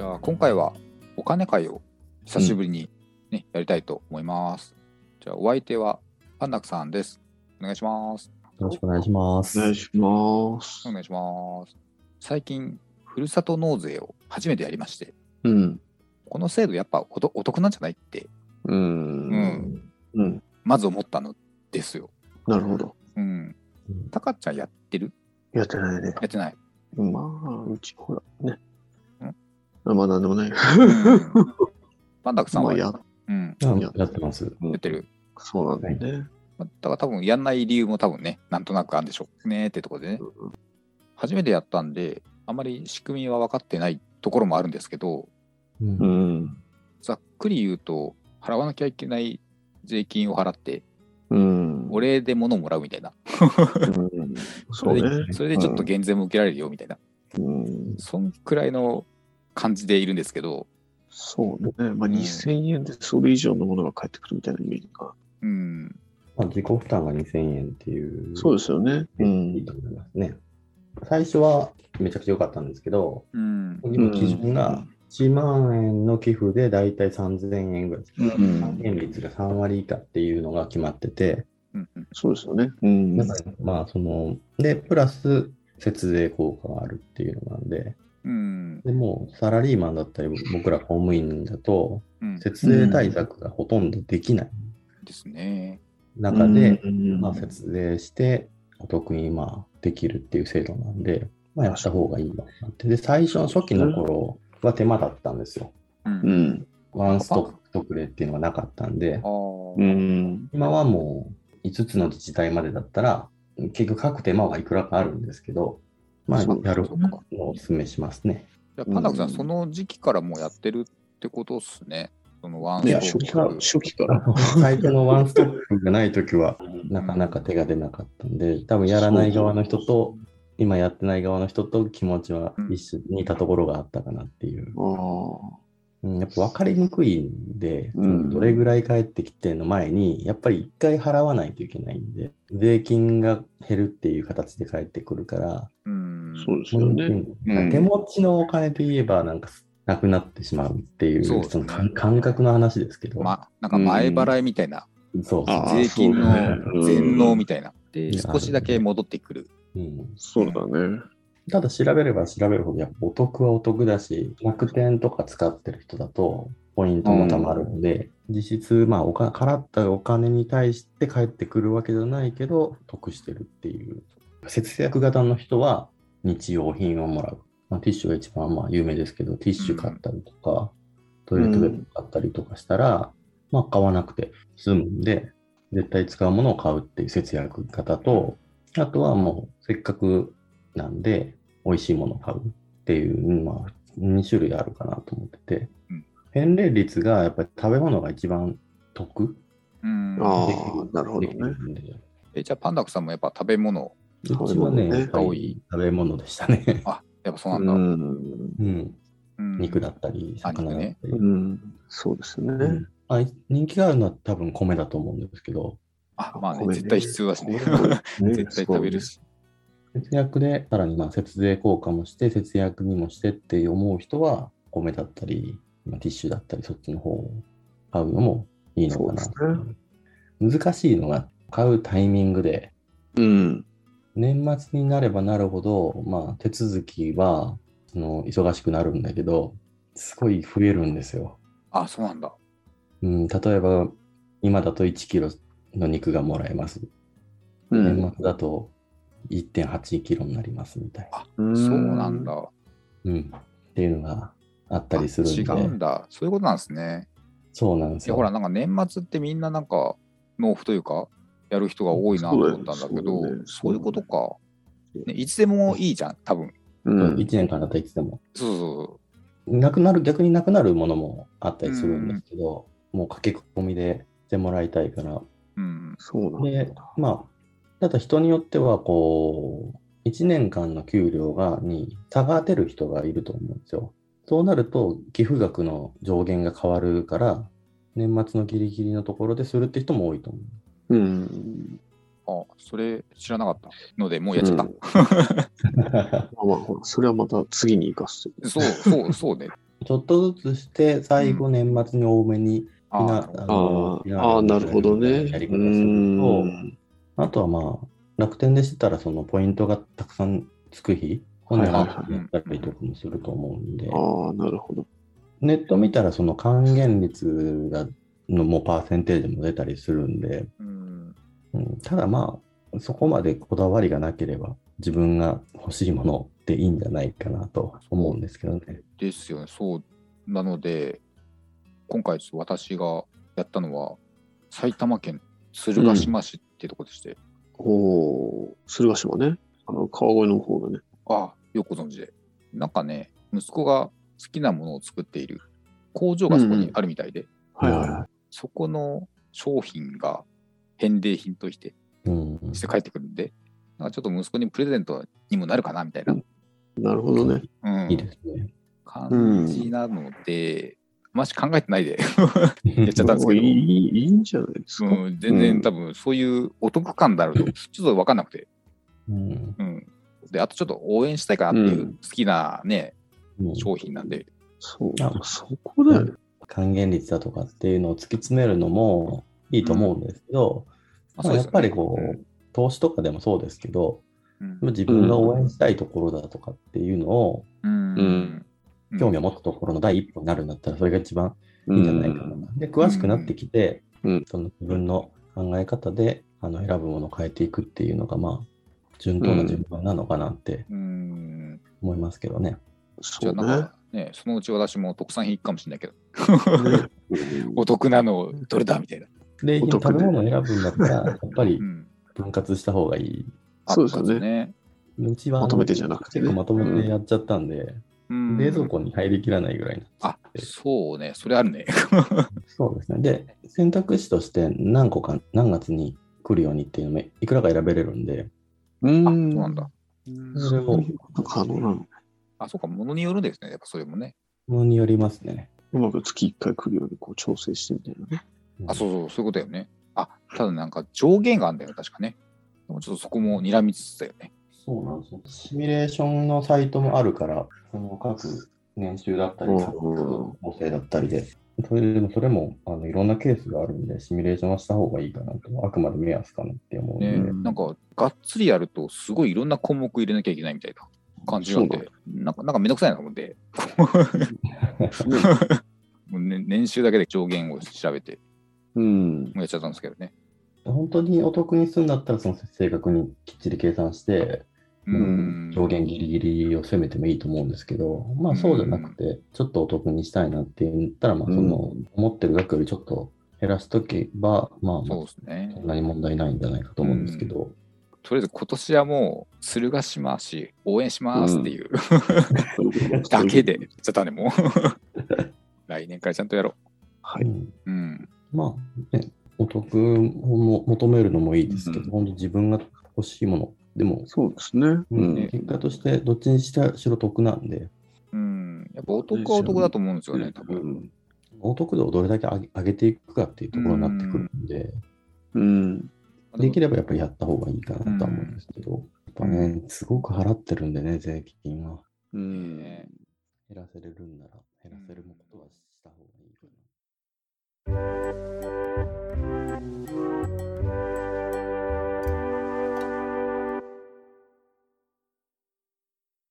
ゃあ今回はお金会を久しぶりに、ねやりたいと思います。じゃあお相手は安楽さんです。お願いします。よろしくお願いしまおす。願いしますお。願いします。最近ふるさと納税を初めてやりまして、うん。この制度やっぱおとお得なんじゃないってうん。うんうん。まず思ったのですよ。なるほど。うんうん。たかちゃんやってるやってないね。やってない。まあ、うちほら、ねん。まあ、なんでもない。 うん安楽さんまはあ、や,、や、うん、あやってます。やってる。そうなんだよね。だから多分やんない理由も多分ね、なんとなくあるんでしょうねってとこでね。初めてやったんで、あまり仕組みは分かってないところもあるんですけど、うんう。ん。ざっくり言うと、払わなきゃいけない税金を払って、うん。お礼で物をもらうみたいな。うんそうれねで。それでちょっと減税も受けられるよみたいな。うん。そんくらいの感じでいるんですけど、そうね。まあ、2000円でそれ以上のものが返ってくるみたいなイメージか。うん、まあ、自己負担が2000円っていう。そうですよね。ういいんと。思いますね。最初はめちゃくちゃ良かったんですけど、うん、今基準うがん1万円の寄付でだいたい3000円ぐらい。うん還元率が3割以下っていうのが決まってて、うん、そうですよね。うん。だからまあその、で、プラス節税効果があるっていうのなんで、うん、でもうサラリーマンだったり、僕ら公務員だと、うん、節税対策がほとんどできないですね。中で、うんまあ、節税して、お得にまあできるっていう制度なんで、まあ、やった方がいいなって。で、最初の初期の頃は手間だったんですよ。う、うんん。ワンストップ特例っていうのがなかったんであ、ーうん。今はもう5つの自治体までだったら、結局各手間はいくらかあるんですけど、まあ、そうやる方そうかのをお勧めしますね。じゃあパンダクさん、うんその時期からもうやってるってことっすね。そのワンね、ス初ト期ッから、プ。初期から。最初のワンストップがないときは、なかなか手が出なかったんで、多分やらない側の人と、今やってない側の人と気持ちは一緒似たところがあったかなっていう。ああ。うん、やっぱ分かりにくいんで、うんどれぐらい返ってきての前に、やっぱり一回払わないといけないんで、税金が減るっていう形で返ってくるから、うん、そうですよね。うん手持ちのお金といえば、なんかなくなってしまうっていう、そうそですねの感感覚の話ですけど、ま、なんか前払いみたいな、そうそうあー税金の全納みたいな。で、うん少しだけ戻ってくる。うんそうだね。ただ調べれば調べるほど、やっぱお得はお得だし、楽天とか使ってる人だと、ポイントも貯まるので、実質、まあおか、払ったお金に対して返ってくるわけじゃないけど、得してるっていう。節約型の人は、日用品をもらう。まあ、ティッシュが一番まあ有名ですけど、ティッシュ買ったりとか、トイレットペーパー買ったりとかしたら、まあ、買わなくて済むんで、絶対使うものを買うっていう節約型と、あとはもう、せっかくなんで、美味しいものを買うっていう、まあ、2種類あるかなと思っててうん、返礼率がやっぱり食べ物が一番得うん、あーできるなるほどねできるんでえじゃあパンダクさんもやっぱ食べ物、うちはね、やっぱ多いり食べ物でしたね。 あ、やっぱそううなんだ。ん。うん、うん肉だったり、あ肉魚だったねり。うん。そうですね。うんまあ、人気があるのは多分米だと思うんですけど、あ、まあね、米ね絶対必要だしね。ね 絶対食べる。し。節約で、さらにまあ節税効果もして、節約にもしてって思う人は、米だったり、まあ、ティッシュだったり、そっちの方を買うのもいいのかな。そう難しいのが、買うタイミングで、そうねうん。年末になればなるほど、まあ、手続きはその忙しくなるんだけど、すごい増えるんですよ。あ、そうなんだ。うん、例えば、今だと1キロの肉がもらえます。う年末だと1.8キロになりますみたいな。そうなんだ。。うん、っていうのがあったありするん違うんで、だ。そういうことなんですね。そうなんですいや、よ。ほら、なんか年末ってみんななんか、納付というか、やる人が多いなと思ったんだけそうどだよね、そそううだよねいうことか。ね、いつでもいいじゃん、多分。ううんん。 1年間だったらいつでも。そうそうなくなる、逆になくなるものもあったりするんですけど、もう駆け込みでしてもらいたいから、そう。うん。そうなんだで。、まあ、ただ人によっては、こう、1年間の給料がに差が出る人がいると思うんですよ。そうなると、寄付額の上限が変わるから、年末のギリギリのところでするって人も多いと思う。 うん。あ、それ知らなかったので、もうやっちゃった。うまあまあ、ほらそれはまた次に生かす。 そう、そう、そうね。ちょっとずつして、最後年末に多めに、あフィナあ、ああのフィナーレあ、ああ、なるほどね。やりう方すると、ん。あとはまあ、楽天でしてたら、そのポイントがたくさんつく日、を狙ってやったりとかもすると思うんで、ああ、なるほど。ネット見たら、その還元率が、のもうパーセンテージも出たりするんで、うん。うん、ただまあ、そこまでこだわりがなければ、自分が欲しいものっていいんじゃないかなと思うんですけどね。ですよね。そう。なので、今回ちょっと私がやったのは、埼玉県鶴ヶ島市ってとこでして、おお、鶴ヶ島ね。あの、川越の方がね。ああ、よくご存知で。なんかね、息子が好きなものを作っている工場がそこにあるみたいで、はいはいはい。そこの商品が返礼品としてうん、して帰ってくるんで、なんかちょっと息子にプレゼントにもなるかなみたいな、なるほどね。うんいいですね。感じなので、まし考えてないで、やっちゃったんですおけいどいいいいいんじゃないですか。うん、全う然ん多分そういうお得感であると、ちょっと分かんなくて、 うんうん。で、あとちょっと応援したいかなっていううん好きなね、うん商品なんで、そうあ。そこだよね。還元率だとかっていうのを突き詰めるのもいいと思うんですけど、まあまそうあでやすっよねぱりこう、う投資とかでもそうですけど、うん自分が応援したいところだとかっていうのを、うんうんうん興味を持ったところの第一歩になるんだったら、それが一番うんいいんじゃないかな。で、詳しくなってきて、うんその自分の考え方であの選ぶものを変えていくっていうのが、まあ、順当な順番なのかなってうん思いますけどね。じそゃあうね。なんかね、そのうち私も特産品行くかもしれないけど、ねお得なのどれだみたいな。で、お得で食べ物を選ぶんだったら、やっぱりうん分割した方がいい。あそうですよねね。うちはあのまとめてじゃなくてね結構まとめてやっちゃったんで、うん冷蔵庫に入りきらないぐらいになっちゃあって、そうね、それあるね。そうですね。で、選択肢として何個か、何月に来るようにっていうのも、いくらか選べれるんで、 あ、う。そうんなんだ。。それそうをい、うこと可能なの。あ、そうか、ものによるんですね。やっぱそれもね。ものによりますね。うまく月1回来るようにこう調整してみたいなね。あ、そうそう、そういうことだよね。あ、ただなんか上限があるんだよね、確かね。でもちょっとそこも睨みつつだよね。そうなんですよ。シミュレーションのサイトもあるから、その各年収だったり、うん各構成だったりで。それでもそれもあのいろんなケースがあるんで、シミュレーションはした方がいいかなと、あくまで目安かなって思うんで、ねうんなんか、がっつりやると、すごいいろんな項目入れなきゃいけないみたいな感じなんそで、なんか、なんかめんどくさいなと思って、もうね年収だけで上限を調べて、 うん。もうやっちゃったんですけどね。本当にお得にするんだったら、その正確にきっちり計算して、うん。上限ギリギリを攻めてもいいと思うんですけど、まあそうじゃなくて、ちょっとお得にしたいなって言ったら、まあそのう思ってる額よりちょっと減らしとけば、まあまそうあですね。そんなに問題ないんじゃないかと思うんですけど、とりあえず今年はもう鶴ヶ島市応援しますっていう、 だけで。言っちゃったねもう 来年からちゃんとやろはい。うんううんまあ、ね、お得をも求めるのもいいですけど、うん本当自分が欲しいもの、でも、そうですね。うん。ね結果としてどっちにしたしろ得なんで、うんやっぱお得はお得だと思うんですよね多分分。お得度をどれだけ上げ上げていくかっていうところになってくるんで、うん。できれればやっぱりやった方がいいかなとは思うんですけど、やっぱね、すごく払ってるんでね、税金は。うん。減らせれるんなら、減らせることはした方がいいかな。